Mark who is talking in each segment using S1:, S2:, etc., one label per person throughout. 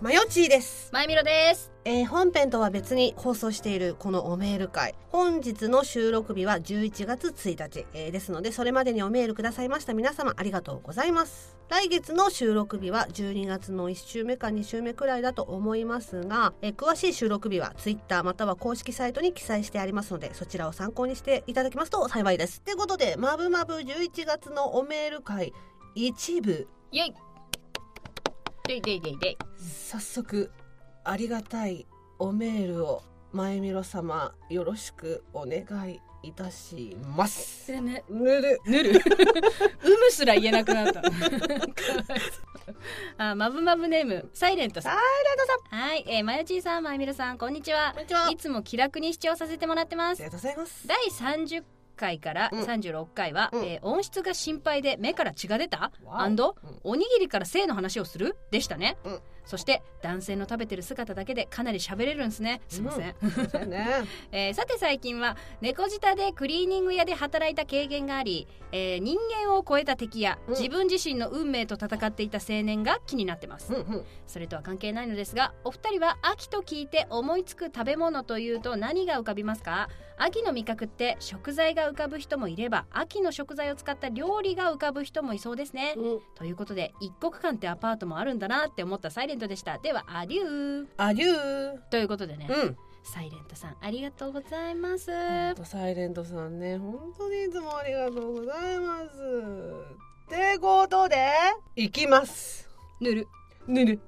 S1: マヨチーです。
S2: まゆみろです。
S1: えー本編とは別に放送しているこのおメール会本日の収録日は11月1日、えーですのでそれまでにおメールくださいました皆様ありがとうございます来月の収録日は12月の1週目か2週目くらいだと思いますが、えー詳しい収録日は Twitter または公式サイトに記載してありますのでそちらを参考にしていただきますと幸いですということでまぶまぶ11月のおメール会一部
S2: イェイでいでいでいでい。
S1: 早速ありがたいおメールをまゆみろ様よろしくお願いいたします。
S2: ぬぬ
S1: ぬる
S2: ぬる。うむすら言えなくなった。かわいそう あ、まぶまぶネーム、サイレントさん。
S1: サ
S2: はい、えー、まゆちーさん、まゆみろさん、こんにちは
S1: こ。んにちは。あ
S2: いつも気楽に視聴させてもらってま
S1: り
S2: す。
S1: がとうございます。
S2: 第30回から
S1: うん
S2: 36回は、
S1: うん
S2: えー音質が心配で目から血が出た
S1: わお
S2: アンド
S1: うん
S2: おにぎりから性の話をするでしたね、
S1: うん
S2: そして男性の食べてる姿だけでかなり喋れるんですねすいません、
S1: そうだよね。
S2: えーさて最近は猫舌でクリーニング屋で働いた経験があり、えー人間を超えた敵や
S1: うん
S2: 自分自身の運命と戦っていた青年が気になってます、
S1: うんうん。
S2: それとは関係ないのですがお二人は秋と聞いて思いつく食べ物というと何が浮かびますか秋の味覚って食材が浮かぶ人もいれば秋の食材を使った料理が浮かぶ人もいそうですね、
S1: うん、
S2: ということで一国間ってアパートもあるんだなって思ったサイレントでしたではアデュー
S1: アデュー。
S2: ということでね、
S1: うん。
S2: サイレントさんありがとうございます、
S1: ほんとサイレントさんね、本当にいつもありがとうございます。ってことで、行きます。
S2: ぬる
S1: ぬる。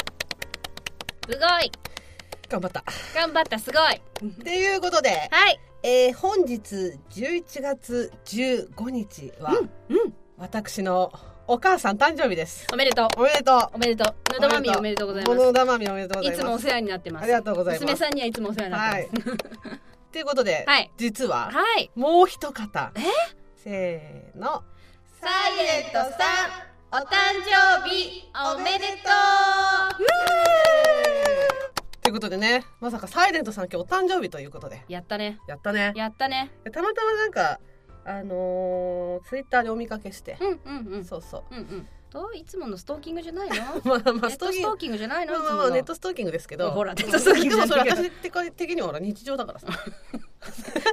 S2: すごい
S1: 頑張った。
S2: 頑張ったすごい
S1: っていうことで、
S2: はい
S1: えー本日11月15日は、
S2: うん
S1: 私のお母さん誕生日です。
S2: おめでとう
S1: おめでとう。
S2: おめでとうぬどまみおめでとうございます
S1: 物玉みおめでとうご
S2: い
S1: ざ
S2: つ
S1: い
S2: も
S1: ま
S2: お
S1: す。
S2: 世話になってま
S1: あ
S2: す
S1: りがとうございます。
S2: 娘さんにはいつもお世話になっ
S1: は
S2: て
S1: い。ということで、
S2: はい
S1: 実
S2: ま
S1: は
S2: す、はい
S1: もう一方。せーの。
S2: お誕生日
S1: おめでとということでね、まさかサイレントさん今日お誕生日ということで、
S2: うやったね
S1: やったね。
S2: やったね
S1: たまたまなんか、あのー、ツイッターでお見かけして
S2: う、んうんうん
S1: そうそう。
S2: うんうんといつものストーキングじゃないの
S1: まあま
S2: ネ
S1: あ、
S2: ッ
S1: ストー
S2: ト
S1: リ
S2: ス
S1: ー
S2: トーキングじゃない
S1: ま
S2: のい
S1: あ
S2: つ
S1: まあ
S2: も
S1: まあ
S2: の
S1: ネットストーキングですけど
S2: ほらネットストーキ
S1: で
S2: ングじ
S1: も
S2: ゃ
S1: そ
S2: な
S1: れ
S2: いけ ど
S1: 私的にはほら日常だからさ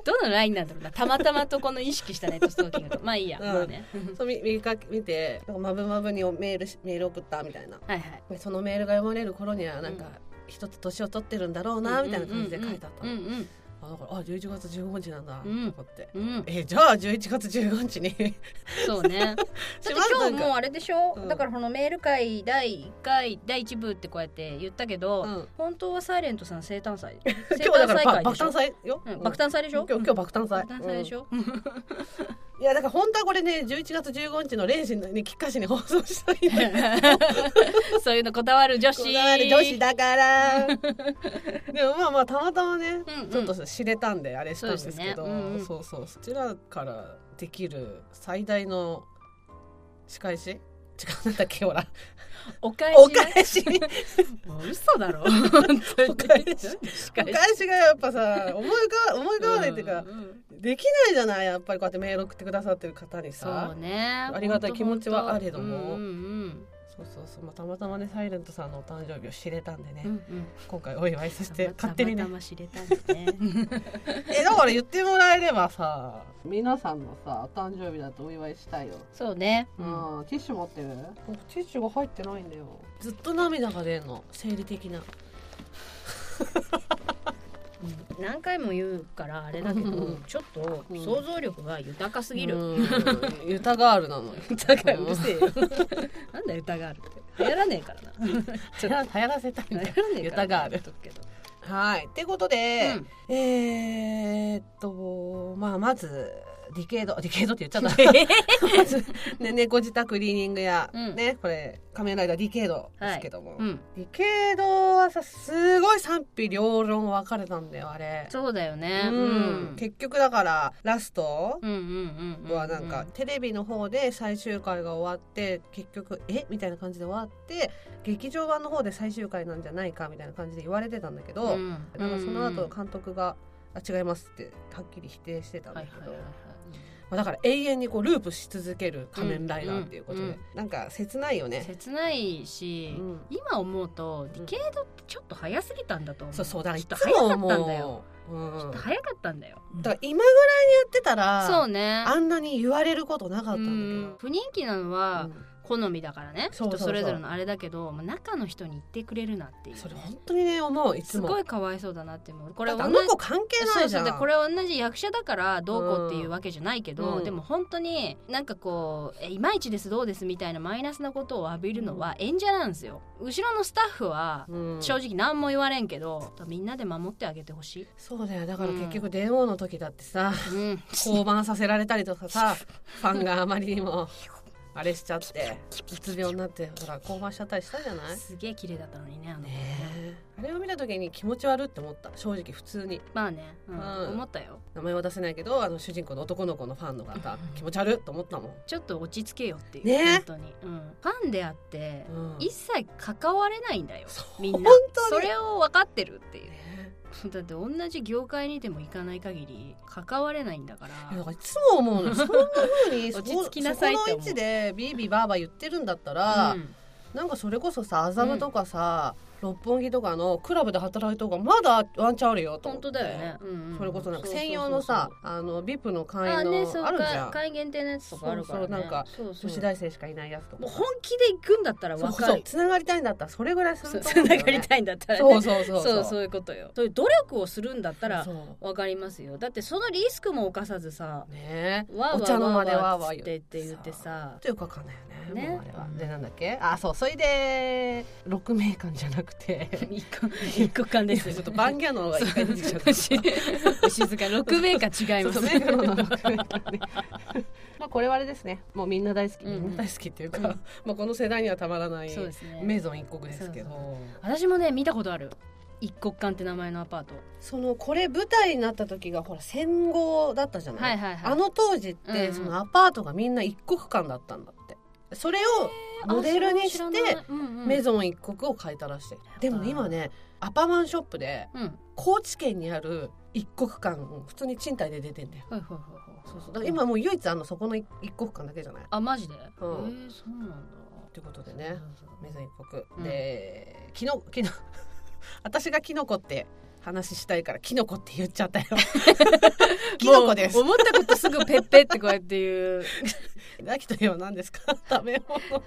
S2: どのラインなんだろうなたまたまとこの意識したネットストーキングとまあいいや、
S1: うん
S2: まあね
S1: そう見見かけ見てなんかマブマブにメールしメール送ったみたいな
S2: はいはい
S1: そのメールが読まれる頃にはなんか、
S2: うん
S1: 一つ年を取ってるんだろうなみたいな感じで書いてあった
S2: う
S1: の、
S2: んうん
S1: あだからあ11月15日なんだと
S2: うん
S1: 思って、
S2: うん、うん、
S1: えじゃあ11月15日に し
S2: そ うねだって
S1: ますな
S2: 今日
S1: ん
S2: もう
S1: か
S2: あれでしょ、
S1: うん
S2: だからこのメール会第1回第1部ってこうやって言ったけど、
S1: うん
S2: 本当はサイレントさん生誕祭
S1: 今
S2: 生
S1: 日だ
S2: 誕
S1: から
S2: 祭
S1: ば
S2: 会
S1: 爆
S2: でしょ
S1: 誕祭よ、
S2: うん爆誕祭でし
S1: 今
S2: ょ
S1: 日今日爆誕祭
S2: 爆誕祭でし
S1: ょ、
S2: ょ、
S1: うんいやだから本当はこれね11月15日の0時にきっかしに放送したいんだけど
S2: そういうのこだわる女子
S1: こだわる女子だから でもまあまあたまたまね、
S2: うんうん
S1: ちょっと知れたんであれしたんですけど
S2: そうですねうんうん
S1: そうそうそちらからできる最大の仕返し違うなんだっけほら
S2: お返
S1: お
S2: しね
S1: 返し
S2: もう 嘘だろ本当に
S1: お返し
S2: なんで仕
S1: お
S2: 返し
S1: 返しがやっぱさ思い浮か思い浮かばないっていうか、
S2: んん
S1: できないじゃないやっぱりこうやってメール送ってくださってる方に
S2: そう
S1: さ
S2: ね
S1: ありがたい気持ちはあれども
S2: うんうん
S1: そうそうそう、まあ、たまたまねサイレントさんのお誕生日を知れたんでね、
S2: うんうんうん
S1: 今回お祝いさせて勝手にね
S2: たまたま知れたん でね
S1: えだから言ってもらえればさ皆さんのさお誕生日だとお祝いしたいよ、
S2: そうね、
S1: う
S2: うんん
S1: ティッシュ持ってる僕ティッシュが入ってないんだよずっと涙が出んの生理的な
S2: 何回も言うからあれだけ
S1: う
S2: ど
S1: ん
S2: ちょっと
S1: うん
S2: 想像力が豊かす
S1: す
S2: ぎる、
S1: ユタガールなのよ
S2: だからうるせえよなんだ歌があるって流行らねえからな
S1: 流行流行らせたい
S2: 流
S1: ん
S2: 行
S1: だよ
S2: らねえ
S1: ユ
S2: から
S1: タガール
S2: とくけど、
S1: はいってこと
S2: う
S1: で、
S2: ん
S1: えーっとまあまずディケードディケードって言っちゃ った、ねね、ご自宅クリーニング屋、
S2: うん
S1: ねこれ仮面ライダーディケードですけども、
S2: うん、
S1: ディケードはさすごい賛否両論分かれたんだよあれ、
S2: そうだよね
S1: うん結局だからラスト
S2: うんうんうんう
S1: はなんか、テレビの方で最終回が終わって結局えみたいな感じで終わって劇場版の方で最終回なんじゃないかみたいな感じで言われてたんだけど、
S2: うん
S1: なんかその
S2: うんうん
S1: 後監督が「あ違います」ってはっきり否定してたん
S2: は
S1: だ
S2: い
S1: け
S2: はい
S1: ど、
S2: はいはい
S1: まあ、だから永遠にこうループし続ける仮面ライダーっていうことで、
S2: うんうん
S1: なんか切ないよね。
S2: 切ない
S1: うん
S2: し、今思うとディケードってちょっと早すぎたんだと思う、
S1: そうそうだからい
S2: ちょっと
S1: つ
S2: 早か
S1: も
S2: ったんだよ
S1: もう、うん、だ
S2: ちょっと
S1: か
S2: 早かったんだよ、
S1: ら今ぐらいにやってたら
S2: そうね
S1: あんなに言われることなかった
S2: うん
S1: だ
S2: ん不人気なの
S1: けど、
S2: は
S1: うん
S2: 好みだからね、
S1: そうそうそう
S2: 人それぞれのあれだけどもう中の人に言ってくれるなっていうね
S1: それ本当にね思ういつ
S2: す
S1: も
S2: ごいかわいそうだなって思うこ
S1: こ
S2: れ
S1: れ
S2: 同
S1: あ
S2: じ
S1: の子関係な
S2: そう
S1: いじ
S2: そ
S1: ゃ
S2: うんでこれは同じ役者だからどうこうっていうわけじゃないけど、
S1: うん
S2: でも本当になんかこうえいまいちですどうですみたいなマイナスなことを浴びるのは演者なんですよ後ろのスタッフは
S1: うん
S2: 正直何も言われんけど、みんなで守ってあげてほしい、
S1: そうだよだから結局電王の時だって さ、
S2: うん、
S1: 降板させられたりとか さファンがあまりにもあれしちゃ ってうつ病になってほら降板しちゃったりしたじゃない
S2: すげえ綺麗だったのにねあの子
S1: ねえあれを見た時に気持ち悪って思った正直普通に
S2: まあね、うん
S1: うん
S2: 思ったよ
S1: 名前は出せないけどあの主人公の男の子のファンの方気持ち悪っと思ったもん、
S2: ちょっと落ち着けよっていう、
S1: ね
S2: 本当に、うん、ファンであって、
S1: うん
S2: 一切関われないんだよ
S1: そう
S2: みんな
S1: 本当
S2: そ
S1: に
S2: れを分かってるっていう
S1: ね
S2: だって同じ業界にでも行かない限り関われないんだから
S1: いやだからいつも思うのそんな風 にそ
S2: 落
S1: こ
S2: ち着きなさいって
S1: そこ
S2: 思う
S1: の位置でビービーバーバー言ってるんだったら、
S2: うん
S1: なんかそれこそさ麻布とかさ、六本木とかのクラブで働いた方がまだワンチャンあるよと思
S2: 本
S1: って
S2: 当だよね、うんうん
S1: それこそなんか専用のさ
S2: そう
S1: あの VIP の
S2: そう
S1: 会
S2: そうそう
S1: 員
S2: あ
S1: の
S2: ねそう
S1: あるじゃん
S2: 会会員限定のやつとかあるか
S1: そう
S2: ら、ね、
S1: そうなんか
S2: そうそう
S1: 女子大生しかいないやつとか
S2: もう本気で行くんだったら
S1: そう
S2: 分か
S1: そう
S2: る
S1: つながりたいんだったらそれぐらいす
S2: そう
S1: ると
S2: つ
S1: 思うんだ
S2: な
S1: よ
S2: がり
S1: ね
S2: たいんだったら
S1: そう
S2: ね
S1: そうそう
S2: そう
S1: そ
S2: そうういうことよそういう努力をするんだったら
S1: そう
S2: 分かりますよだってそのリスクも冒さずさ
S1: ねえ
S2: わーわー
S1: お茶の間でわーわー言
S2: ってっ
S1: ってて
S2: 言ってさ
S1: というかわかんないよね
S2: ね
S1: もうあれは
S2: うん
S1: でなんだっけあそうそれで六名間じゃなくて
S2: 一個一個間です
S1: ちょっとバンギャノンが一回出てきち ゃった
S2: 静か6名か違い
S1: そ
S2: ま
S1: う
S2: す
S1: そう目黒の六名館ねまあこれはあれですねもうみんな大好き
S2: うんう
S1: み
S2: ん
S1: んな大好きっていうか、
S2: うん
S1: まあこの世代にはたまらない
S2: そうですね
S1: メゾン一国ですけど
S2: そ
S1: そう
S2: 私もね見たことある一国館って名前のアパート
S1: のこれ舞台になった時がほら戦後だったじゃない、
S2: はいはいはい
S1: あの当時って、
S2: うんうん
S1: そのアパートがみんな一国間だったんだってそれをモデルにしてメ
S2: ゾ
S1: ゾン一国を変えたらしい、でも今ねアパマンショップで
S2: うんはい
S1: 高知県にある一国間普通に賃貸で出てんだよ
S2: はいはいはいそうそ
S1: だ
S2: う
S1: から今もう唯一あんのそこの一国間だけじゃない
S2: あマジでええ
S1: うん
S2: ーそうなんだ
S1: ということでね
S2: そうそう
S1: メゾン一国、
S2: うん
S1: でキノキノ 私がキノコって話したいからキノコって言っちゃ ったよキノコです
S2: もう 思ったことすぐペッペってこうやって言う
S1: 秋といえば何ですか食べ物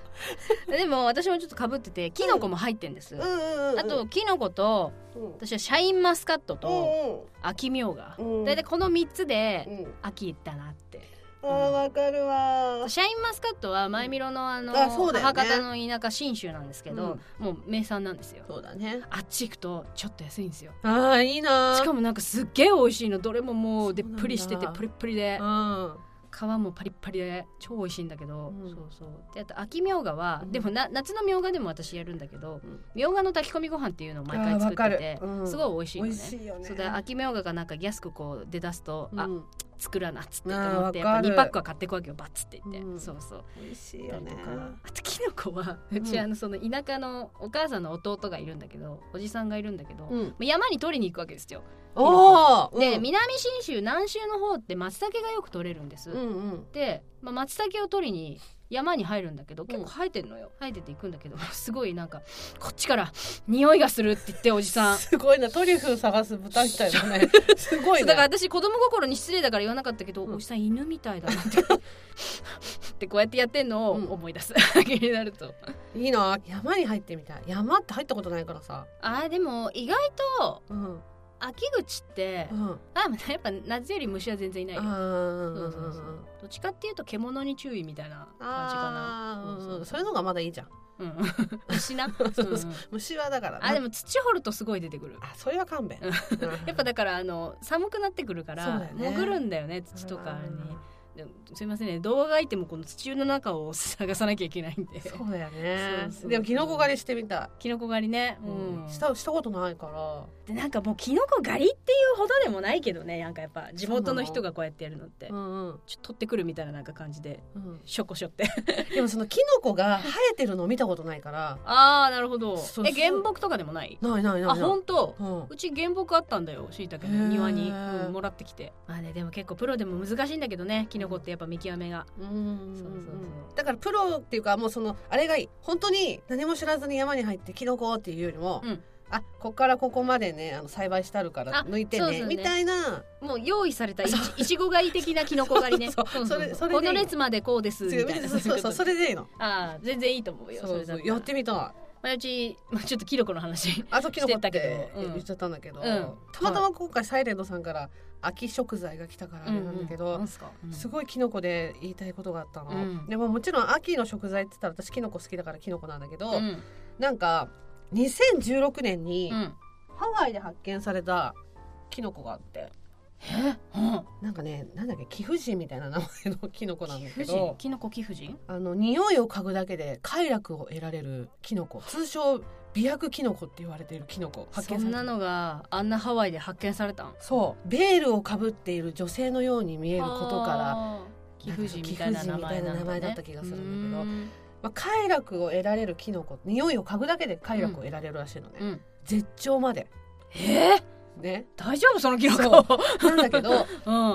S2: でも私もちょっとかぶっててキノコも入ってんです
S1: うん
S2: あとキノコと
S1: うん
S2: 私はシャインマスカットと
S1: う
S2: 秋みょうが
S1: んうん
S2: 大体この3つで
S1: うんうん
S2: 秋行ったなって
S1: あーわかるわ
S2: シャインマスカットはマイミロのあの
S1: あそうだよね
S2: 母方の田舎信州なんですけど、もう名産なんですよ
S1: そうだね
S2: あっち行くとちょっと安いんですよ
S1: あーいいな
S2: しかもなんかすっげえ美味しいのどれももうでっ
S1: そうなんだ
S2: ぷりしててプリップリで
S1: も
S2: 皮もパリッパリで超美味しいんだけど、
S1: うん
S2: そうそうであと秋みょうがは、
S1: うん
S2: でもな夏のみょうがでも私やるんだけど
S1: うん
S2: みょうがの炊き込みご飯っていうのを毎回
S1: あー
S2: 作
S1: わか
S2: って
S1: る
S2: て、
S1: うん
S2: すごい美味しい
S1: 美
S2: のね
S1: 味しいよね
S2: そうだ秋みょうががなんか安くこう出だすと、あ
S1: うん
S2: 作らなっつってと
S1: あー
S2: 思って
S1: わ
S2: やっぱ
S1: かる
S2: 2パックは買ってこいけどバッつって言って、
S1: うん
S2: そうそう
S1: 美味しい
S2: た
S1: よ
S2: りと
S1: ね
S2: かあとキノコはうち、
S1: うん
S2: あのその田舎のお母さんの弟がいるんだけどおじさんがいるんだけど、も
S1: うん
S2: う山に取りに行くわけですよ、
S1: おー
S2: で
S1: うん
S2: 南信州南州の方って松茸がよく取れるんです、
S1: うんうん
S2: で、まあ、松茸を取りに山に入るんだけど
S1: ん
S2: 結構生えてるのよ、生えてていくんだけどすごいなんかこっちから匂いがするって言っておじさん
S1: すごいなトリュフ探す豚みたいな ねすごい
S2: そう
S1: ね
S2: だから私子供心に失礼だから言わなかったけど、
S1: うん
S2: おじさん犬みたいだなってってこうやってやってんのを
S1: うん
S2: 思い出す、気になると
S1: いいな山に入ってみたい山って入ったことないからさ
S2: あーでも意外と
S1: うんうん
S2: 秋口ってあーやっぱ夏より虫は全然いないよ
S1: あ
S2: そうそうそうどっちかっていうと獣に注意みたいな感じかな
S1: あー
S2: そうそう
S1: うんそういうのがまだいいじゃん
S2: うん虫な
S1: そうそう
S2: うんうん
S1: 虫はだから
S2: あでも土掘るとすごい出てくる
S1: あそれは勘弁
S2: やっぱだからあの寒くなってくるか
S1: そう
S2: ら、
S1: だよね
S2: 潜るんだよね土とかに
S1: うん
S2: でもすいませんね動画がいてもこの地中の中を探さなきゃいけないんで
S1: そうだよね
S2: そうそう
S1: でもキノコ狩りしてみた
S2: キノコ狩りね、
S1: い、
S2: うん
S1: したしたことないから
S2: でなんかもうキノコ狩りっていうほどでもないけどねなんかやっぱ地元の人がこうやってやるのって
S1: うんうん
S2: ちょっと取ってくるみたいななんか感じで
S1: うん、
S2: しょこしょって
S1: でもそのキノコが生えてるの見たことないから
S2: ああなるほど
S1: そう
S2: え
S1: そう
S2: 原木とかでもない
S1: ないないな
S2: あ
S1: いない
S2: 本当
S1: うん
S2: うち原木あったんだよしいたけ
S1: へ
S2: の
S1: ー
S2: 庭に、うんもらってきてまあねでも結構プロでも難しいんだけどねキノコってやっぱ見極めが
S1: うんうん
S2: そうそうそう
S1: だからプロっていうかもうそのあれがいい本当に何も知らずに山に入ってキノコっていうよりも、
S2: うん
S1: あこっからここまでねあの栽培してあるから
S2: あ
S1: 抜いて
S2: そう
S1: ね
S2: そうね
S1: みたいな
S2: もう用意されたいちいちご狩り的なキノコ狩りね
S1: そうそう
S2: そうそう
S1: それそれでいい
S2: この列までこうですみ
S1: 強
S2: た
S1: み
S2: いな
S1: そうそうそうそれでいいの
S2: ああ全然いいと思うよ
S1: そうそう
S2: それだったら
S1: やってみたい
S2: まあうち、まあ、ちょっとキノコの話
S1: あとキノコって
S2: してたけどうん
S1: 言っちゃったんだけど、
S2: うん
S1: たまたま今回サイレントさんから秋食材が来たからあれなんだけど、
S2: なんすか、
S1: すごいキノコで言いたいことがあったの、
S2: うん
S1: でももちろん秋の食材って言ったら私キノコ好きだからキノコなんだけど、
S2: うん
S1: なんか2016年に
S2: うん
S1: ハワイで発見されたキノコがあって
S2: えうん
S1: なんかねなんだっけ貴婦人みたいな名前の キノコなんだ
S2: 貴
S1: け
S2: 婦人
S1: ど
S2: キノコ貴婦人
S1: あの匂いを嗅ぐだけで快楽を得られるキノコ通称美薬キノコって言われているキノコ発見
S2: そ
S1: され
S2: ん
S1: た
S2: なのがあんなハワイで発見されたん
S1: そうベールをかぶっている女性のように見えることから、ま
S2: ら貴婦人みたいな名前な
S1: 貴婦人みたいな名
S2: んだ、ね、
S1: 前だった気がするんだけど
S2: う
S1: あ、快楽を得られるキノコ匂いを嗅ぐだけで快楽を得られるらしいのね、
S2: ーんうん
S1: 絶頂まで
S2: えー、
S1: ね
S2: 大丈夫そのキノコ
S1: なんだけ ど
S2: うん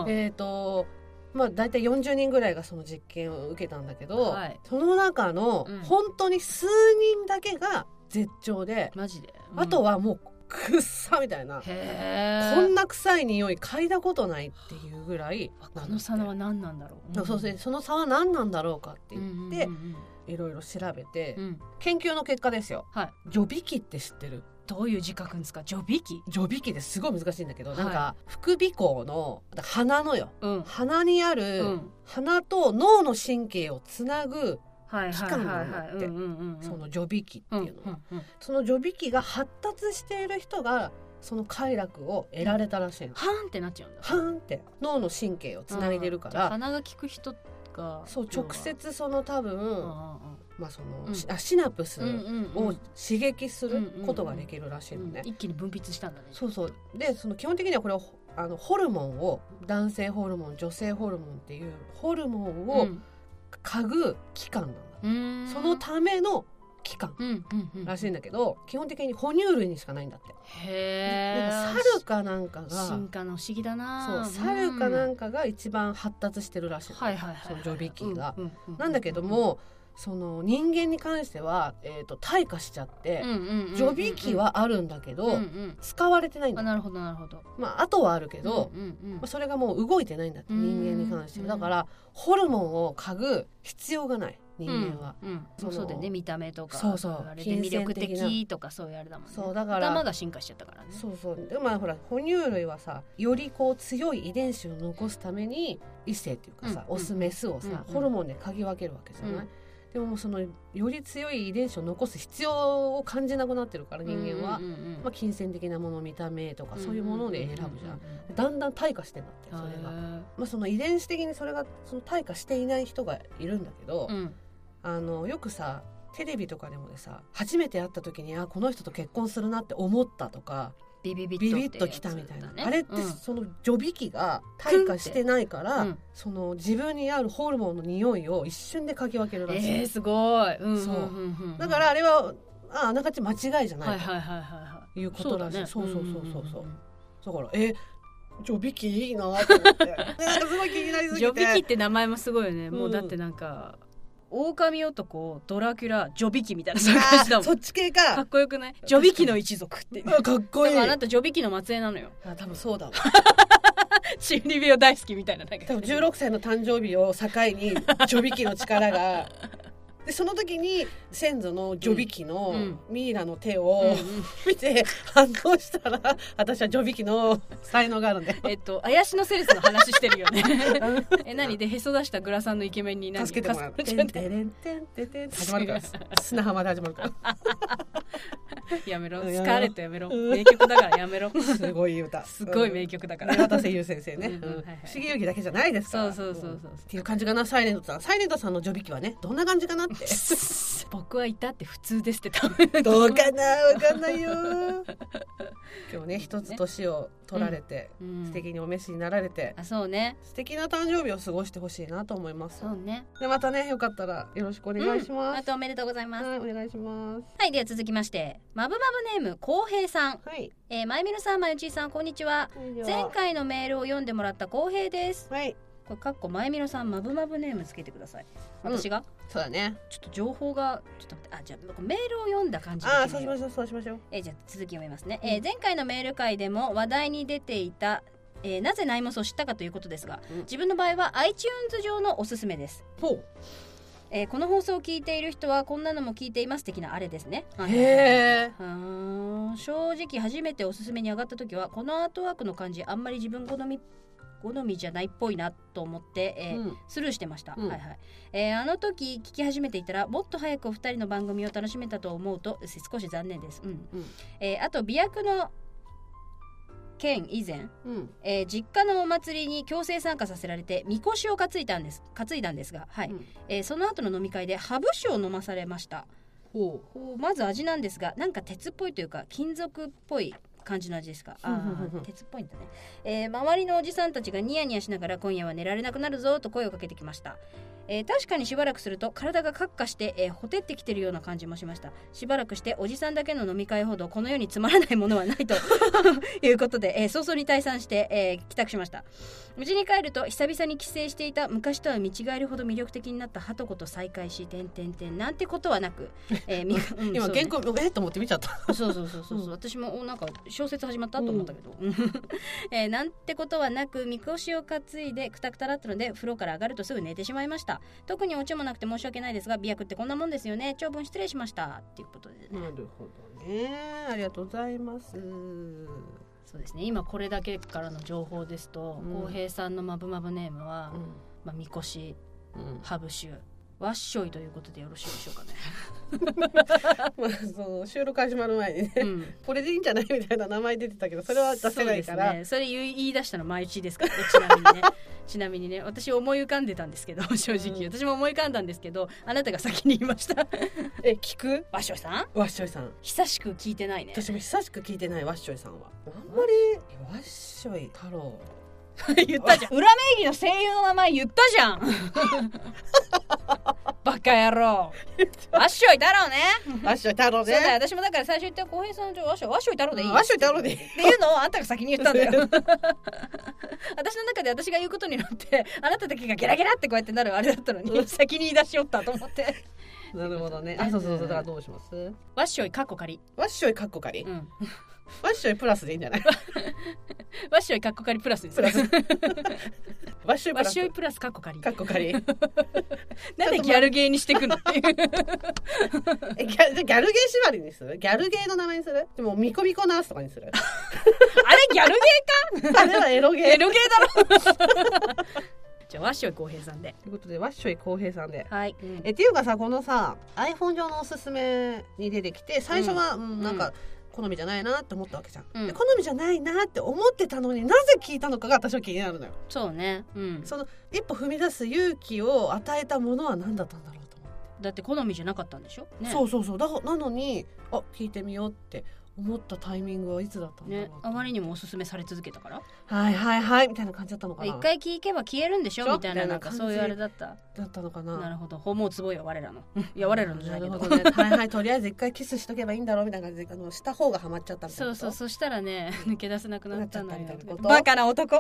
S1: えーとまあ大体40人ぐらいがその実験を受けたんだけど、
S2: はい
S1: その中の
S2: うん
S1: 本当に数人だけが絶頂で、
S2: マジで、
S1: あと
S2: は
S1: はもうくっさみたいな、
S2: へえ
S1: こんな臭い匂い嗅いだことないっていうぐらい
S2: この差は何なんだろう、
S1: そうそう
S2: っ
S1: その差は何なんだろうかって
S2: て
S1: 言っ
S2: 言っ
S1: てていろいろ調べて
S2: うん
S1: 研究の結果ですよ
S2: はい
S1: 除鼻器って知ってる
S2: どういう字書くんですかジョビキ
S1: 除鼻器ってすごい難しいんだけど
S2: はい
S1: なんか副鼻孔の鼻のよ
S2: うん
S1: 鼻にあ
S2: う
S1: る
S2: ん
S1: 鼻と脳の神経をつなぐ
S2: はいはいはい
S1: 期間が
S2: は
S1: あ
S2: い
S1: って
S2: うんうんうんうん
S1: その除鼻器っていうのは、
S2: んうんうん
S1: その除鼻器が発達している人がその快楽を得られたらしいの、
S2: はーんってなっちゃうんだ
S1: はーんって脳の神経をつないでるか
S2: うんじゃあ
S1: ら、
S2: 鼻が効く人が
S1: そう
S2: 要は
S1: 直接その多分、
S2: うん
S1: まあその、
S2: うん
S1: あシナプス
S2: うんうんうん
S1: を刺激することができるらしいのね、
S2: 一気に分泌したんだね
S1: そうそうでその基本的にはこれをあのホルモンを男性ホルモン女性ホルモンっていうホルモンを
S2: ん
S1: 嗅ぐ器官なんだ、
S2: うーん
S1: そのための器官
S2: うんうんうん
S1: らしいんだけど、基本的に哺乳類にしかないんだってな
S2: へー
S1: んか猿かなんかが
S2: 進化の不思議だ
S1: そう
S2: な
S1: 猿かな
S2: うん
S1: んかが一番発達してるらしいの、
S2: はいはいはい
S1: そのジョビキが、
S2: うんうんうん
S1: なんだけどもその人間に関しては、えー、と退化しちゃって
S2: うん、うんうんうん
S1: ジョビキはあるんだけど、
S2: うんうん
S1: 使われてないんだ
S2: あ
S1: って、
S2: なるほどなるほど
S1: まあ、あとはあるけど、
S2: うんうんうん
S1: まあ、それがもう動いてないんだって
S2: うん
S1: 人間に関しては
S2: うん
S1: だからホルモンを嗅ぐ必要がない人間は、
S2: うんうん
S1: その
S2: そうだよね見た目とか
S1: そうそう
S2: あれで
S1: 金
S2: 魅
S1: 銭
S2: 力
S1: 的な
S2: 的とかそういうあれだもんね
S1: そうだから
S2: 頭が進化しちゃったからね
S1: そうそうでもまあほら哺乳類はさよりこう強い遺伝子を残すために異性っていうかさ、
S2: うん
S1: オスメスをさ、
S2: うん
S1: ホルモンで嗅ぎ分けるわけじゃない、
S2: うん
S1: でももうそのより強い遺伝子を残す必要を感じなくなってるから人間は、
S2: うんうんうん
S1: まあ、金銭的なもの見た目とかそういうもので選ぶじゃん,、
S2: うんうん
S1: だんだん退化してんだって
S2: うん
S1: そ
S2: うん
S1: れが、
S2: へー
S1: まあ、その遺伝子的にそれがその退化していない人がいるんだけど、
S2: うん
S1: あのよくさテレビとかでもでさ初めて会った時にあこの人と結婚するなって思ったとか
S2: ビビビ
S1: ビビッ
S2: ッと
S1: と
S2: き
S1: き
S2: た
S1: た
S2: み
S1: み
S2: た
S1: た
S2: い
S1: い
S2: な
S1: な、
S2: ね
S1: あれってその除鼻器が退化してないから、
S2: うん
S1: その自分にあるホルモンの匂いを一瞬で嗅ぎ分けるらしい、
S2: えー、すごい、うん、
S1: そうん
S2: んん
S1: だからあれはああながち間違いじゃない、、
S2: はいはいはいはい
S1: う
S2: い
S1: ことらしいそう,、そうそうそうそうだからえ除鼻器いいなと思って なんかすごい気になりすぎて
S2: ジョビキって名前もすごいよね、
S1: うん
S2: もうだってなんか狼男ドラキュラジョビキみたいなそういう感じだ
S1: あー
S2: も
S1: そ
S2: ん
S1: っち系
S2: か
S1: か
S2: っこよくないジョビキの一族っていう
S1: あかっこ
S2: だ
S1: いい
S2: からあなたジョビキの末裔な のよ
S1: あ多分そうだわ
S2: 心理病大好きみたいななんか
S1: 多分16歳の誕生日を境にジョビキの力がでその時に先祖のジョビキの
S2: うん
S1: ミイラの手
S2: うんう
S1: を
S2: ん
S1: 見て反応したら私はジョビキの才能があるんだ よ
S2: えっと怪しのセレスの話してるよね え何でへそ出したグラさんのイケメンに何
S1: 助けてもらう。
S2: かす
S1: てんてれんてんてんてんって始まるから砂浜で始まるから
S2: やめろ
S1: うん
S2: 疲れてやめろ
S1: うん
S2: 名曲だから やめろ
S1: すごい歌
S2: すごい
S1: 名
S2: 名曲だから、
S1: 渡瀬優先生ね、
S2: うんうん
S1: うん
S2: はいはい
S1: 不思議遊戯だけじゃないですか
S2: そ
S1: ら
S2: うそうそうそう、
S1: っていう感じかなサイレントさんサイレントさんのジョビキはねどんな感じかなって
S2: 僕はいたって普通ですって多分
S1: どうかなわかんないよ 今日ね一つ年を取られて、
S2: うん
S1: 素敵にお召しになられて、
S2: あそうね
S1: 素敵な誕生日を過ごしてほしいなと思います
S2: そうね
S1: でまたねよかったらよろしくお願いし
S2: うん、
S1: ま
S2: あ
S1: す、
S2: とおめでとうございます、
S1: はいお願いします
S2: はいでは続きましてマブマブネームこうへいさん、
S1: はい
S2: えー、まゆみるさんまゆちーさんこんにちは前回のメールを読んでもらったこうへいです
S1: はい
S2: これかっこまゆみるさんマブマブネームつけてください私が、
S1: そうだね
S2: ちょっと情報がちょっと待ってあじゃあメールを読んだ感じで
S1: ああ
S2: 決
S1: そう
S2: め
S1: しま
S2: よう
S1: しょうそうしましょう
S2: えーじゃあ続き読みますね、
S1: うん
S2: えー前回のメール会でも話題に出ていた、えーなぜナイモスを知ったかということですが、
S1: うん
S2: 自分の場合は iTunes 上のおすすめです、
S1: ほ
S2: えーこの放送を聞いている人はこんなのも聞いています的なあれですね
S1: うへえ
S2: うーん正直初めておすすめに上がった時はこのアートワークの感じあんまり自分好み好みじゃないっぽいなと思って、えー
S1: うん
S2: スルーしてました、
S1: うん
S2: はいはい、えーあの時聞き始めていたらもっと早くお二人の番組を楽しめたと思うとえ少し残念です、うん
S1: うん
S2: えーあと美薬の件以前、
S1: うん
S2: えー実家のお祭りに強制参加させられてみこしを担いだんです担いだんですが、はい
S1: うん
S2: えーその後の飲み会でハブ酒を飲まされました
S1: ほ
S2: こうまず味なんですがなんか鉄っぽいというか金属っぽい感じの味ですか
S1: ふ
S2: あ
S1: んふんふんふ
S2: ー
S1: ん
S2: 鉄っぽいんだね、えー周りのおじさんたちがニヤニヤしながら今夜は寝られなくなるぞと声をかけてきました、えー確かにしばらくすると体がカッカして、えーほてってきてるような感じもしましたしばらくしておじさんだけの飲み会ほどこの世につまらないものはないということで、えー早々に退散して、えー帰宅しました無事に帰ると久々に帰省していた昔とは見違えるほど魅力的になったハトコと再会し点々点なんてことはなく、えーみうん
S1: 今
S2: そうね
S1: 原稿えっと思って見ちゃった
S2: そうそうそうそうそう、
S1: うん
S2: 私もおなんか小説始まったと思ったけど、 えーなんてことはなくみこしを担いでくたくただったので風呂から上がるとすぐ寝てしまいました特にオチもなくて申し訳ないですが美薬ってこんなもんですよね長文失礼しましたっていうことでね、
S1: なるほどねありがとうございます
S2: そうですね今これだけからの情報ですと
S1: うん
S2: 浩、平さんのマブマブネームは、まあ、みこし
S1: うん
S2: ハブシュワッショイということでよろしいでしょうかね、
S1: まあ、その収録始まる前にね、
S2: うん
S1: これでいいんじゃないみたいな名前出てたけどそれは出せないから、
S2: そうですね、それ言い言い出したの毎日ですからねちなみに ねちなみにね私思い浮かんでたんですけど正直、
S1: うん
S2: 私も思い浮かんだんですけどあなたが先に言いました
S1: え聞く
S2: 和尚さん
S1: わっしょいさん
S2: 久しく聞いてないね
S1: 私も久しく聞いてないわっしょいさんはあんまりわっしょい太郎
S2: 言ったじゃん裏名義の声優の名前言ったじ ゃんバカ野郎和尚いたろうね
S1: わっしょい太郎
S2: そうだよ
S1: ね
S2: 私もだから最初言った浩平さんの和尚和尚いたろうでいい
S1: わっしょい太郎でいい
S2: っていうのをあんたが先に言ったんだよ 私の中で私が言うことになってあなただけがゲラゲラってこうやってなるあれだったのに先に言い出しよったと思って
S1: なるほどねあそうそうそうだからどうします
S2: わっしょいかっこかり、
S1: わっしょいかっこかり、
S2: うん、
S1: わっしょいプラスでいいんじゃない
S2: わっしょいかっこかりプラスです
S1: プ ラスわっしょいプ
S2: わっ
S1: ラ
S2: しょい
S1: ス
S2: プラスかっこかり
S1: かっこかり
S2: なんでギャルゲーにしてくの っていう
S1: えギャギャルゲー縛りにするギャルゲーの名前にするでもミコミコナースとかに する
S2: あれギャルゲ
S1: あれはエロゲー
S2: ーエロゲーだ ろじゃあわっしょい浩平さんで
S1: ということでわっしょい浩平さんで
S2: はい、
S1: えっていうかさこのさ iPhone 上のおすすめに出てきて最初は、うんなんか好みじゃないなって思ったわけじゃん、
S2: うん
S1: で好みじゃないなって思ってたのになぜ聞いたのかが私は気になるのよ
S2: そうね、うん、
S1: その一歩踏み出す勇気を与えたものは何だったんだろうと思って、
S2: だって好みじゃなかったんでしょね
S1: そうそうそうだなのにあ聞いてみようって思ったタイミングはいつだったんだろう
S2: ね
S1: と思って
S2: あまりにもおすすめされ続けたから
S1: はいはいはいみたいな感じだったのかな
S2: 一回聞けば消えるんでし
S1: し
S2: ょ
S1: ょ
S2: みたいななんか
S1: みたいな感じ
S2: そういうあれだった
S1: だったのかな
S2: なるほど訪問つぼよ我らのいや我らのじゃないけ
S1: な
S2: ど
S1: るほどねはいはいとりあえず一回キスしとけばいいんだろうみたいな感じであのした方がハマっちゃったみたい
S2: そ
S1: な
S2: う
S1: こと
S2: そうそしたらね 抜け出せなくなったのよ
S1: なっちゃったみたいなこと
S2: バカな 男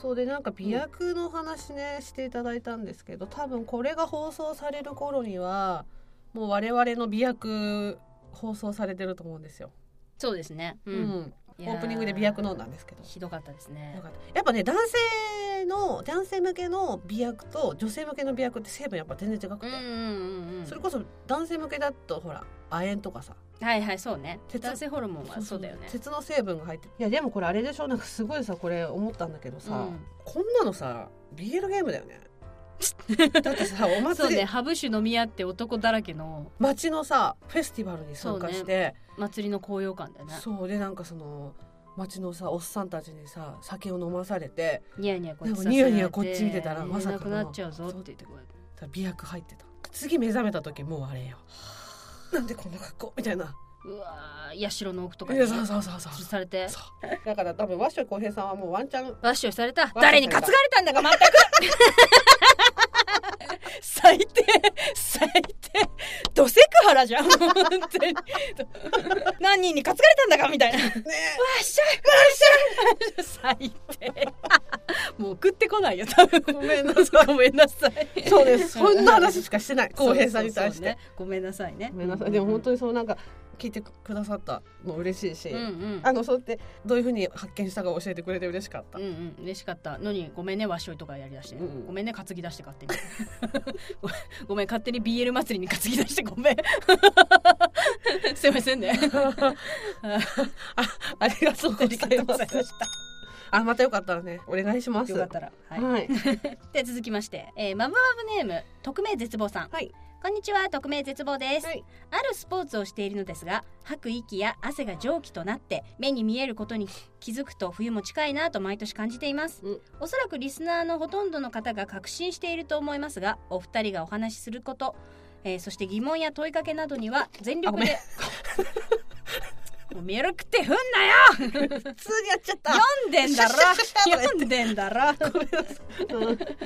S1: そうでなんか美薬の話ね、していただいたんですけど多分これが放送される頃にはもう我々の美薬放送されてると思うんですよ、
S2: そうですねう
S1: うんんオ
S2: いや
S1: ープニングで美薬飲んだんですけど
S2: ひどかったです
S1: な
S2: ね
S1: んかやっぱね男性の男性向けの美薬と女性向けの美薬って成分やっぱ全然違く
S2: う
S1: て
S2: んう、んうんうん
S1: それこそ男性向けだとほら亜鉛とかさ
S2: はいはいそうね
S1: 鉄
S2: 男性ホルモンはそうだよね
S1: 鉄の成分が入ってるいやでもこれあれでしょなんかすごいさこれ思ったんだけどさ、
S2: うん
S1: こんなのさ BL ゲームだよねだってさお
S2: そう
S1: 祭り、
S2: ねハブ酒飲み合って男だらけの
S1: 街のさフェスティバルに参加して
S2: 祭りの高揚感だよね
S1: そう,、でなんかその街のさおっさんたちにさ酒を飲まされて
S2: ニヤニヤこっ
S1: な
S2: ち
S1: んか
S2: させら
S1: ニヤ
S2: れて
S1: ニヤこっち見てたら
S2: 寝
S1: まさか
S2: な
S1: の
S2: くなっちゃうぞって言ってこうやって
S1: ただ美薬入ってた次目覚めた時もうあれよなんでこんな格好みたいな
S2: うわー社の奥とか
S1: い
S2: に
S1: やそうそうそうそう
S2: 吊るされて
S1: そうだから多分和尚浩平さんはもうワンチ ャン
S2: ワッショイされた
S1: た
S2: 誰に担がれたんだか全く 最低最低ドセクハラじゃん本当に何人に担がれたんだかみたいな
S1: ね
S2: わっしょいわっしょい最低もう送ってこないよ多 分ごめんなさいごめんなさい
S1: えそうですそんな話しかしてない浩平さんに対し
S2: そうそうそ
S1: て
S2: うねごめんなさいね
S1: ごめんなさいでも本当にそうなんか聞いてくださったの嬉しいし、
S2: うんうん
S1: あのそうやってどういうふうに発見したか教えてくれて嬉しかった
S2: うんうん嬉しかったのにごめんねわっしょいとかやりだして、
S1: うん
S2: ごめんね担ぎ出して勝手に ごごめん勝手に BL 祭りに担ぎ出して ごめんすいませんね
S1: ありがとうござ
S2: あり
S1: い
S2: がとう
S1: ま
S2: ござい ます
S1: あまたよかったらねお願いします
S2: よかったら、はい
S1: はい
S2: で続きまして、えーマブマブネーム匿名絶望さん
S1: はい
S2: こんにちは匿名絶望です、
S1: はい
S2: あるスポーツをしているのですが吐く息や汗が蒸気となって目に見えることに気づくと冬も近いなと毎年感じています、
S1: うん
S2: おそらくリスナーのほとんどの方が確信していると思いますがお二人がお話しすること、えーそして疑問や問いかけなどには全力で もうミルクって踏んなよ
S1: 普通にやっちゃった
S2: 読んでん だろ 読んでんだろ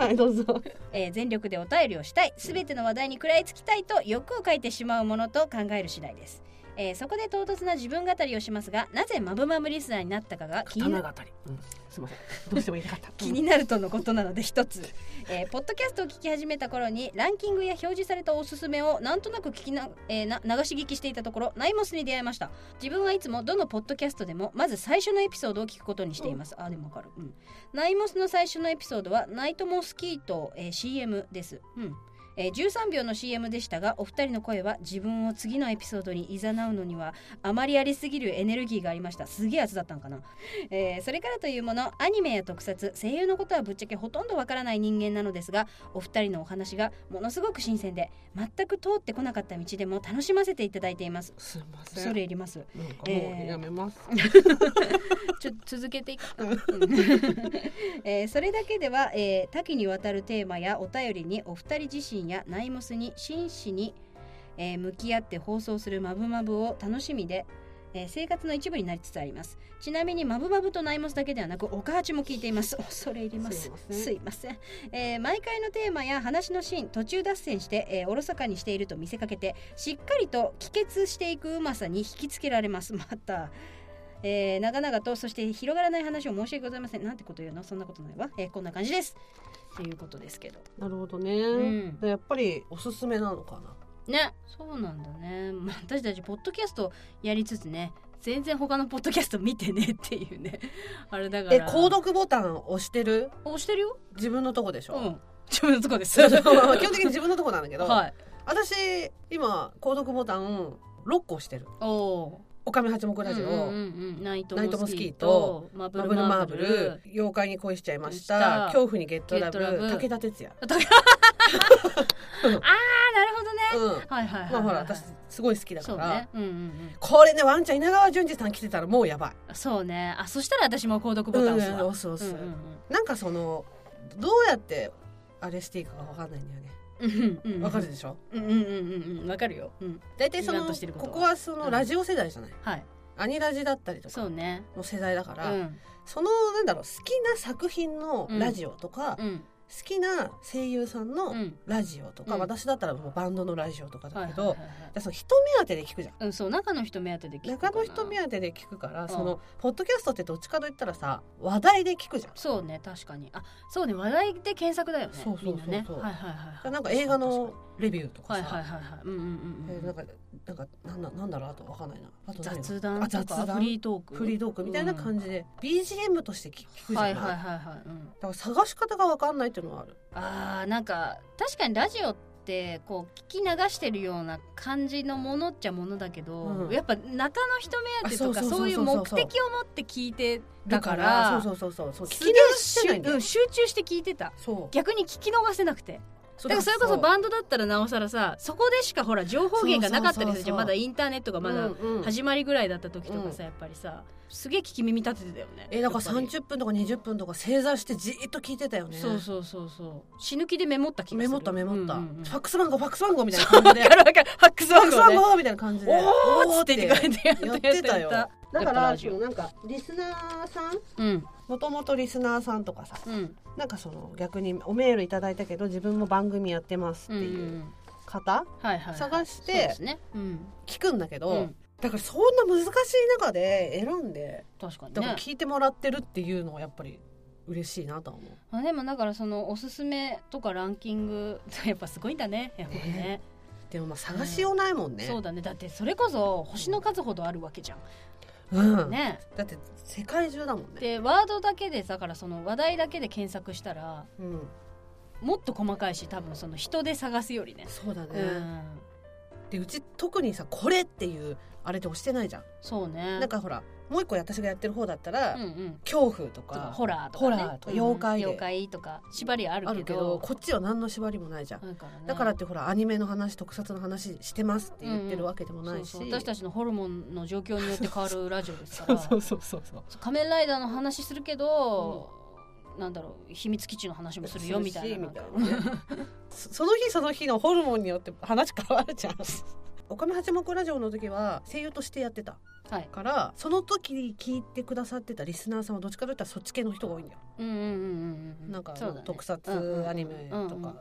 S1: はいどうぞ
S2: えー全力でお便りをしたい全ての話題に食らいつきたいと欲を書いてしまうものと考える次第です、えーそこで唐突な自分語りをしますがなぜマブマブリスナーになったかが 気に
S1: 刀
S2: な
S1: 語り、うん、すいませんどうしても言いたかった
S2: 気になるとのことなので一つ、えーポッドキャストを聞き始めた頃にランキングや表示されたおすすめをなんとなく聞きな、えーな流し聞きしていたところナイモスに出会いました自分はいつもどのポッドキャストでもまず最初のエピソードを聞くことにしています、あでもわかる、うん、ナイモスの最初のエピソードはナイトモスキート、えー CM ですうんえー13秒の CM でしたがお二人の声は自分を次のエピソードに誘うのにはあまりありすぎるエネルギーがありましたすげえやつだったんかなえーそれからというものアニメや特撮声優のことはぶっちゃけほとんどわからない人間なのですがお二人のお話がものすごく新鮮で全く通ってこなかった道でも楽しませていただいています
S1: すいません
S2: 恐れ入ります
S1: なんかも
S2: えー
S1: うやめます、
S2: ちょっと続けてい くか、えーそれだけでは、えー多岐にわたるテーマやお便りにお二人自身やナイモスに真摯に、えー向き合って放送する「まぶまぶ」を楽しみで、えー生活の一部になりつつありますちなみに「まぶまぶ」とナイモスだけではなくおかはちも聞いています恐れ入りますす
S1: す
S2: いません、えー毎回のテーマや話のシーン途中脱線して、えーおろそかにしていると見せかけてしっかりと帰結していくうまさに引きつけられます またえー長々とそして広がらない話を申し訳ございませんなんてこと言うのそんなことないわ、えーこんな感じですっていうことですけど
S1: なるほどね、
S2: ん
S1: でやっぱりおすすめなのかな
S2: ねそうなんだね まあ私たちポッドキャストやりつつね全然他のポッドキャスト見てねっていうね あれだから
S1: え購読ボタンを押してる
S2: 押してるよ
S1: 自分のとこでし
S2: う
S1: ょ、
S2: ん自分のとこで す
S1: 基
S2: はい
S1: 本的に自分のとこ なんだけど、私今購読ボタン6個押してる
S2: おお
S1: おかみ八目ラジオ、
S2: うんうんうんナイト
S1: ナイト
S2: モ
S1: モ
S2: ス
S1: ス
S2: キ
S1: キ
S2: ー
S1: ー
S2: と
S1: と
S2: マブ
S1: マ
S2: ル
S1: ブル
S2: マ
S1: マ
S2: ー
S1: ー
S2: ブ
S1: ブ
S2: ル
S1: ル 妖怪に恋しちゃいました
S2: した
S1: 恐怖にゲットラブ
S2: ゲットラブ
S1: 武田鉄矢、
S2: あなるほどね
S1: うん、
S2: はいはいは
S1: ま
S2: い、は
S1: あ
S2: い、
S1: ほら私すごい好きだか
S2: そう
S1: ら、
S2: ねうんうんうん
S1: これねワンちゃん稲川淳二さん来てたらもうやばい
S2: そうねあそしたら私も購読ボタン押すわ、
S1: うん、押す押す、
S2: うん
S1: なんかそのどうやってあれしていいかがわかんないんだよね
S2: うんうん
S1: わかるでしょ、
S2: うんうんうんうんうんわかるよ、うん、
S1: 大体そ
S2: 言
S1: の
S2: わんと
S1: こ
S2: してること
S1: こ
S2: は
S1: はそのラジオ世代じゃない、
S2: はい
S1: アニラジだったりとか
S2: そうね
S1: の世代だか
S2: う
S1: ら、
S2: ん
S1: そのなんだろう好きな作品のラジオとか、好
S2: うん
S1: きな声優さん
S2: う
S1: の
S2: ん
S1: ラジオとか、
S2: うん
S1: 私だったらもうバンドのラジオとか
S2: は
S1: だ
S2: いはい
S1: け
S2: は
S1: ど、
S2: いはい
S1: でその人目当てで聞くじゃん
S2: うんそう中の人目当てで聞くか
S1: 中
S2: な
S1: の人目当てで聞くから、
S2: ん
S1: そのポッドキャストってどっちかといったらさ話題で聞くじゃん
S2: そうね確かにあそうね話題で検索だよね
S1: そうそうそうそう
S2: みんなねはいはいはいはい
S1: なんか映画のレビューとか
S2: はい
S1: さ、
S2: はいはいはいうんうんうん
S1: え
S2: うん
S1: ーなんかなんかなんだなんだろうあとわかんないなあと何よ
S2: 雑談と
S1: あ雑
S2: か
S1: 談
S2: フリートーク
S1: フリードークみたいな感じで、BGM として聞聞くじゃ
S2: は
S1: ない,、
S2: いはいはい
S1: だ
S2: はい、うん、
S1: から探し方がわかんないっていうのはある
S2: あーなんか確かにラジオっってこう聞き流してるような感じのものっちゃものだけど、
S1: うん
S2: やっぱ中の人目当てと
S1: あそうそうそう
S2: か
S1: そう
S2: そういう目的を持って聞いて
S1: だ
S2: た
S1: か
S2: からら
S1: そうそうそうそうそう聞き
S2: す
S1: 流
S2: げえ
S1: してないんだ
S2: 集う
S1: よ
S2: ん集中して聞いてた
S1: そう
S2: 逆に聞き逃せなくて
S1: そ
S2: だ
S1: う
S2: からそれこそバンドだったらなおさらさそこでしかほら情報源がなかったりするじゃん
S1: そうそうそうそう
S2: まだインターネットがまだ
S1: うんうん
S2: 始まりぐらいだった時とかさ、やっぱりさすげえ聞き耳立ててたよね
S1: えだから
S2: やっぱり
S1: 30分とか20分とか正座してじーっと聞いてたよね
S2: そうそうそうそう死ぬ気でメモった気がす
S1: メ
S2: る
S1: モったメモった、
S2: うんうんうん
S1: ファックス番号ファックス番号みたいな感 じで
S2: わかるわかるファックス
S1: ファッ
S2: 番
S1: クス
S2: 号
S1: 番
S2: ね
S1: 号みたいな感じで
S2: おー
S1: ー
S2: って言ってく
S1: やっ
S2: れて
S1: てたよ
S2: やっ
S1: だか
S2: や
S1: ら
S2: っぱラジオ
S1: なんかリスナーさん
S2: うん
S1: もともとリスナーさんとかさ
S2: うん
S1: なんかその逆におメールいただいたけど自分も番組やってます
S2: う
S1: って
S2: ん
S1: いう
S2: うん
S1: 方、
S2: はいはい
S1: 探して
S2: そうですねうん
S1: 聞くんだけど、
S2: うん
S1: だからそんな難しい中で選んで
S2: 確かに
S1: だから
S2: ね
S1: 聞いてもらってるっていうのはやっぱり嬉しいなとは思う。
S2: まあでもだからそのおすすめとかランキングやっぱすごいんだねやっぱりね
S1: でもまあ探しようないもんね。
S2: そうだねだってそれこそ星の数ほどあるわけじゃん
S1: うん
S2: ね
S1: だって世界中だもんね。
S2: でワードだけでだからその話題だけで検索したら
S1: うん、
S2: もっと細かいし多分その人で探すよりね
S1: そうだね。
S2: うん
S1: でうち特にさこれっていうあれで押してないじゃん。
S2: そうね
S1: なんかほらもう一個私がやってる方だったら、
S2: うんうん
S1: 恐怖と
S2: とか
S1: か
S2: ホラーとか、ね、
S1: ホラーとか妖怪で
S2: 妖怪とか縛りある
S1: あ
S2: け
S1: るけ
S2: ど
S1: どこっちは何の縛りもないじゃん。
S2: だからね
S1: だからってほらアニメの話特撮の話してますって言って
S2: うんう
S1: る
S2: ん
S1: わけでもないし、
S2: そうそう私たちのホルモンの状況によって変わるラジオですか
S1: そう
S2: ら
S1: そうそうそうそう
S2: そう仮面ライダーの話するけど、なんだろう秘密基地の話もするよみたいな
S1: するしみたいなねそその日その日のホルモンによって話変わる じゃんおかみ八目ラジオの時は声優としてやってた
S2: はい
S1: からその時に聞いてくださってたリスナーさんはどっちかといったらそっち系の人が多いんだよ、
S2: うんうんうんうん
S1: なんか、
S2: そうだね
S1: 特
S2: うんうんう
S1: 撮
S2: ん
S1: アニメとか、
S2: うんうん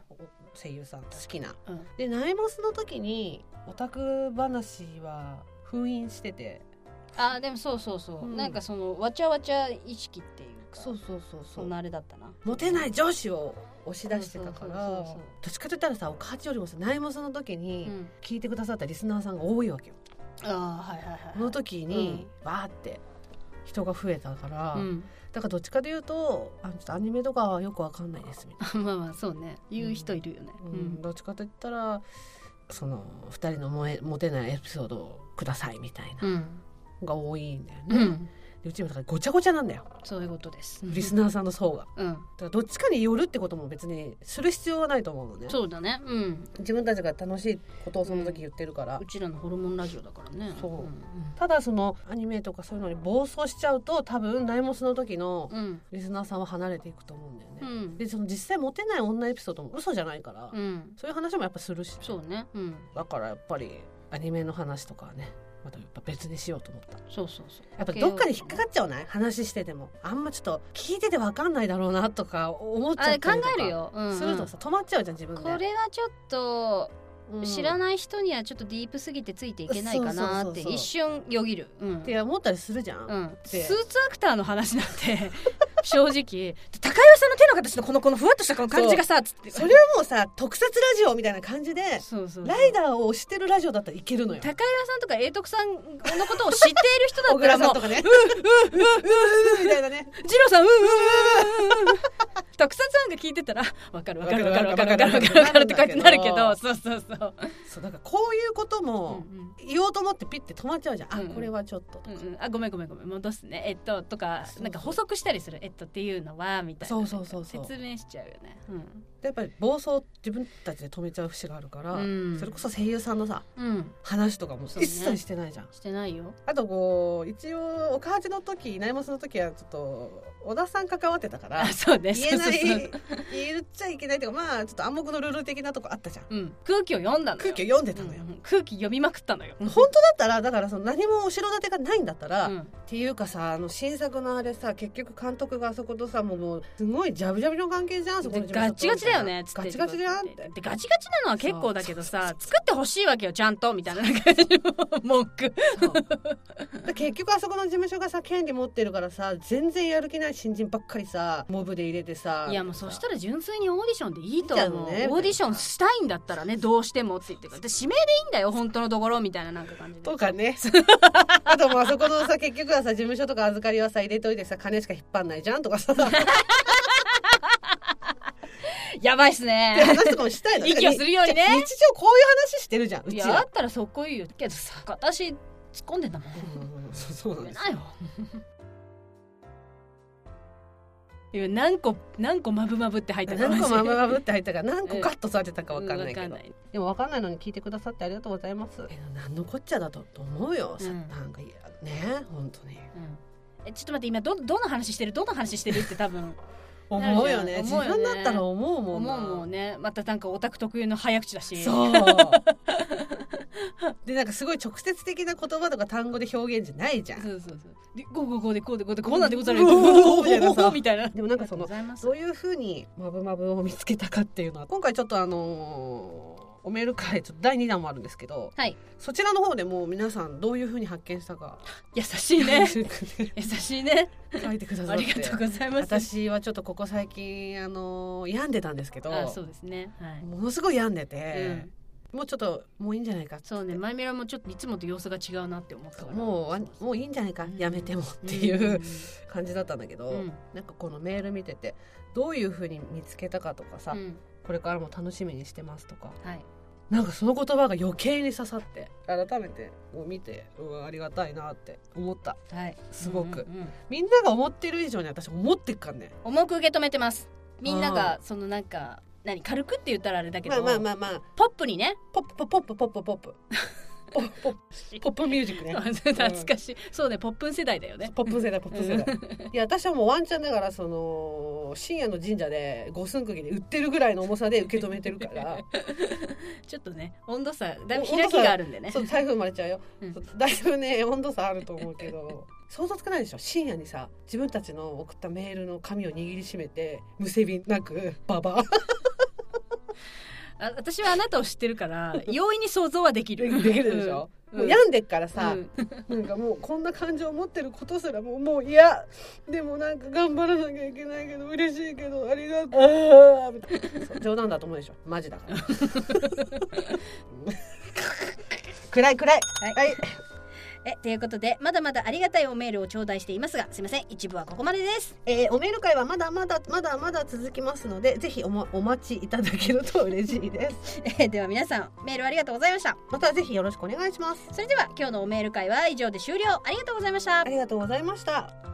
S1: 声優さん好きな
S2: うん
S1: でナイモスの時にオタク話は封印してて
S2: あでもそうそうそう、
S1: うん
S2: なんかそのわちゃわちゃ意識っていうか
S1: そうそうそうそ
S2: そん
S1: う
S2: なあれだったな
S1: モテない上司を押し出してたから
S2: そうそ
S1: ど
S2: うそうそう
S1: っちかといったらさお母ちよりもさナイモスの時
S2: う
S1: に
S2: ん、
S1: 聞いてくださったリスナーさんが多いわけよ、
S2: あーはいはいはい
S1: この時にバーって人が増えたから、
S2: うん、
S1: だからどっちかというとあちょっとアニメとかはよくわかんないですみたい
S2: まあまあそうね言う人いるよ
S1: な、
S2: ね、
S1: うんどっちかといったらその二人のモえモテないエピソードをくださいみたいな
S2: うん
S1: のが多いんだよね、
S2: うん、
S1: でうちもだからごちゃごちゃなんだよ
S2: そういうことです
S1: リスナーさんの層がだか
S2: うん
S1: らどっちかによるってことも別にする必要はないと思うのね
S2: そうだねうん
S1: 自分たちが楽しいことをその時言ってるから、
S2: うちらのホルモンラジオだからね
S1: そう
S2: う
S1: ただそのアニメとかそういうのに暴走しちゃうと多分ナイモスの時の
S2: んうん
S1: リスナーさんは離れていくと思うんだよね
S2: う、ん
S1: でその実際モテない女エピソードも嘘じゃないから、
S2: うん
S1: そういう話もやっぱするし
S2: そうねうん
S1: だからやっぱりアニメの話とかはねまたやっぱ別にしようと思った
S2: そうそうそう
S1: やっぱどっかに引っかかっちゃうない話しててもあんまちょっと聞いててわかんないだろうなとか思っちゃった
S2: あ
S1: りと
S2: 考
S1: か
S2: えるよ、うんうん
S1: するとさ止まっちゃうじゃん自分で
S2: これはちょっと
S1: うん
S2: 知らない人にはちょっとディープすぎてついていけないかなって
S1: そうそうそうそう
S2: 一瞬よぎる、うん
S1: って思ったりするじゃん、
S2: うん、ス
S1: で
S2: ーツアクターの話なんて正直高岩さんの手の形のこのこのふわっとしたこの感じがさつって
S1: それはもうさ特撮ラジオみたいな感じで
S2: そうそうそう
S1: ライダーを推してるラジオだったらいけるのよ
S2: 高岩さんとか永徳さんのことを知っている人だ
S1: 小
S2: った
S1: 倉
S2: ら
S1: さ
S2: も
S1: ん
S2: う
S1: とかねみたいなね
S2: 二郎さんうんうんうんうんうん特撮さんが聞いてたら分かる分かる分かる分かる分かる分かる分かるって感じになるけどそうそうそう、
S1: そうだからこういうこと
S2: うん
S1: も
S2: うん
S1: 言おうと思ってピッて止まっちゃうじゃん、
S2: うんう
S1: あ
S2: ん
S1: これはちょっととか、
S2: うんうん、あごめんごめんごめん戻すねえっととか
S1: そうそう
S2: なんか補足したりするえっとっていうのはみたいな
S1: そうそうそうそう
S2: 説明しちゃうよね
S1: でやっぱり暴走自分たちで止めちゃう節があるから、
S2: うん
S1: それこそ声優さんのさ
S2: うん、うん、
S1: 話とかも
S2: そうね
S1: 一切してないじゃん、
S2: してないよ
S1: あとこう一応おかはじの時ナイモスの時はちょっと小田さん関わってたから
S2: あそうね
S1: 言えない
S2: そうそうそう
S1: 言っちゃいけないとかまあちょっと暗黙のルール的なとこあったじゃん
S2: うん、空気を読んだのよ
S1: 空気を読んでたのよ、
S2: うんうん空気読みまくったのよ
S1: 本当だったらだからその何も後ろ盾がないんだったら、
S2: う
S1: っ
S2: ん
S1: ていうかさあの新作のあれさ結局監督があそことさもうもうすごいジャブジャブの関係じゃんそこの
S2: で
S1: 事務所
S2: ガ
S1: と
S2: チガチだよねつって
S1: ガチガチじゃんって
S2: でガチガチなのは結構だけどさ作ってほしいわけよちゃんとみたいな感じの文句
S1: そうで結局あそこの事務所がさ権利持ってるからさ全然やる気ない新人ばっかりさモブで入れてさ
S2: いやもうそしたら純粋にオーディションでいいと思う
S1: いいじゃんね
S2: オーディションしたいんだったら ねどうしてもって言ってくるで指名でいいんだよ本当のところみたいななんか感じで
S1: とかねあともうあそこのさ結局はさ事務所とか預かりはさ入れといてさ金しか引っ張んないじゃんとかさ
S2: やばいっす
S1: って
S2: ね
S1: 話とかもしたいの
S2: 息をするようにね
S1: 日常こういう話してるじゃんう
S2: い
S1: ち
S2: やあ
S1: ら
S2: ったらそこいいよけどさ私突っ込んでんだもん
S1: うんそうそうなん
S2: 言
S1: で
S2: う
S1: す
S2: なよ いや何個何個まぶまぶって入ったか
S1: 何個まぶ
S2: わ
S1: まぶって入ったか何個カットされてたか分かんないけど、
S2: かんない
S1: でも分かんないのに聞いてくださってありがとうございますえ何のこっちゃだとと思うよ、さ
S2: うん
S1: なんかいやね本当に
S2: うんえちょっと待って今どどの話してるどの話してるって多分
S1: 思うよね
S2: 思う
S1: 自
S2: よね
S1: 分だったら思う も
S2: 思うん
S1: な
S2: もんねまたなんかオタク特有の早口だ し
S1: そうでなんかすごい直接的な言葉とか単語で表現じゃないじゃん
S2: そうそうそうでこうこうこうでこうでこうでこうなんでござる
S1: う
S2: こ
S1: ん
S2: うこうこうこう
S1: みたいなさ
S2: こうこうみたいな
S1: でもなんかその
S2: ありがとうございます
S1: どういうふうにマブマブを見つけたかっていうのは今回ちょっとあのーおメール会ちょっと第2弾もあるんですけど
S2: はい
S1: そちらの方でもう皆さんどういうふうに発見したか
S2: 優し いね
S1: 優しくね
S2: 優しいね
S1: 書いてくださ
S2: あ
S1: って
S2: りがとうございます
S1: 私はちょっとここ最近あのー病んでたんですけど
S2: あそうですねはい、
S1: ものすごい病んで
S2: う
S1: て
S2: ん、
S1: もうちょっともういいんじゃないかっつって
S2: そうねマイミラもちょっといつもと様子が違うなって思ったから
S1: もうわもういいんじゃないかやめてもっていう、 感じだったんだけど、
S2: うん
S1: なんかこのメール見ててどういうふうに見つけたかとかさ、
S2: うんうん
S1: これからも楽しみにしてますとか
S2: はい
S1: なんかその言葉が余計に刺さって改めてこう見てうんありがたいなって思った
S2: はい
S1: すごく
S2: うんうんうん
S1: みんなが思ってる以上に私思ってっかんね
S2: 重く受け止めてますみんながそのなんか何軽くって言ったらあれだけど、
S1: あまあ
S2: ポップにね
S1: ポップポップポップポッ プポップポップポップミュージックね
S2: 懐かしい、そうねポップン世代だよね
S1: ポップ世代ポップ世 代いや私はもうワンチャンだからその深夜の神社で五寸釘で売ってるぐらいの重さで受け止めてる から
S2: ちょっとね温度差だいぶ開きがあるんでね
S1: そう台風生まれちゃうよ、
S2: うん
S1: そうだいぶね温度差あると思うけど想像つかないでしょ深夜にさ自分たちの送ったメールの紙を握りしめてむせびなくババ
S2: あ私はあなたを知ってるから 容易に想像はでき
S1: で
S2: る
S1: きるでしょ、
S2: う
S1: も
S2: んう
S1: うん病んでっからさ、
S2: うん
S1: なんかもうこんな感情を持ってることすらもうもう嫌でもなんか頑張らなきゃいけないけど嬉しいけどありがとうあーみたいなそう冗談だと思うでしょマジだから 暗い暗い
S2: はい
S1: はい
S2: えということでまだまだありがたいおメールを頂戴していますがすいません一部はここまでです
S1: えー、おメール会はまだまだまだまだ続きますのでぜひお,、ま、お待ちいただけると嬉しいです
S2: えでは皆さんメールありがとうございました
S1: またぜひよろしくお願いします
S2: それでは今日のおメール会は以上で終了ありがとうございました
S1: ありがとうございました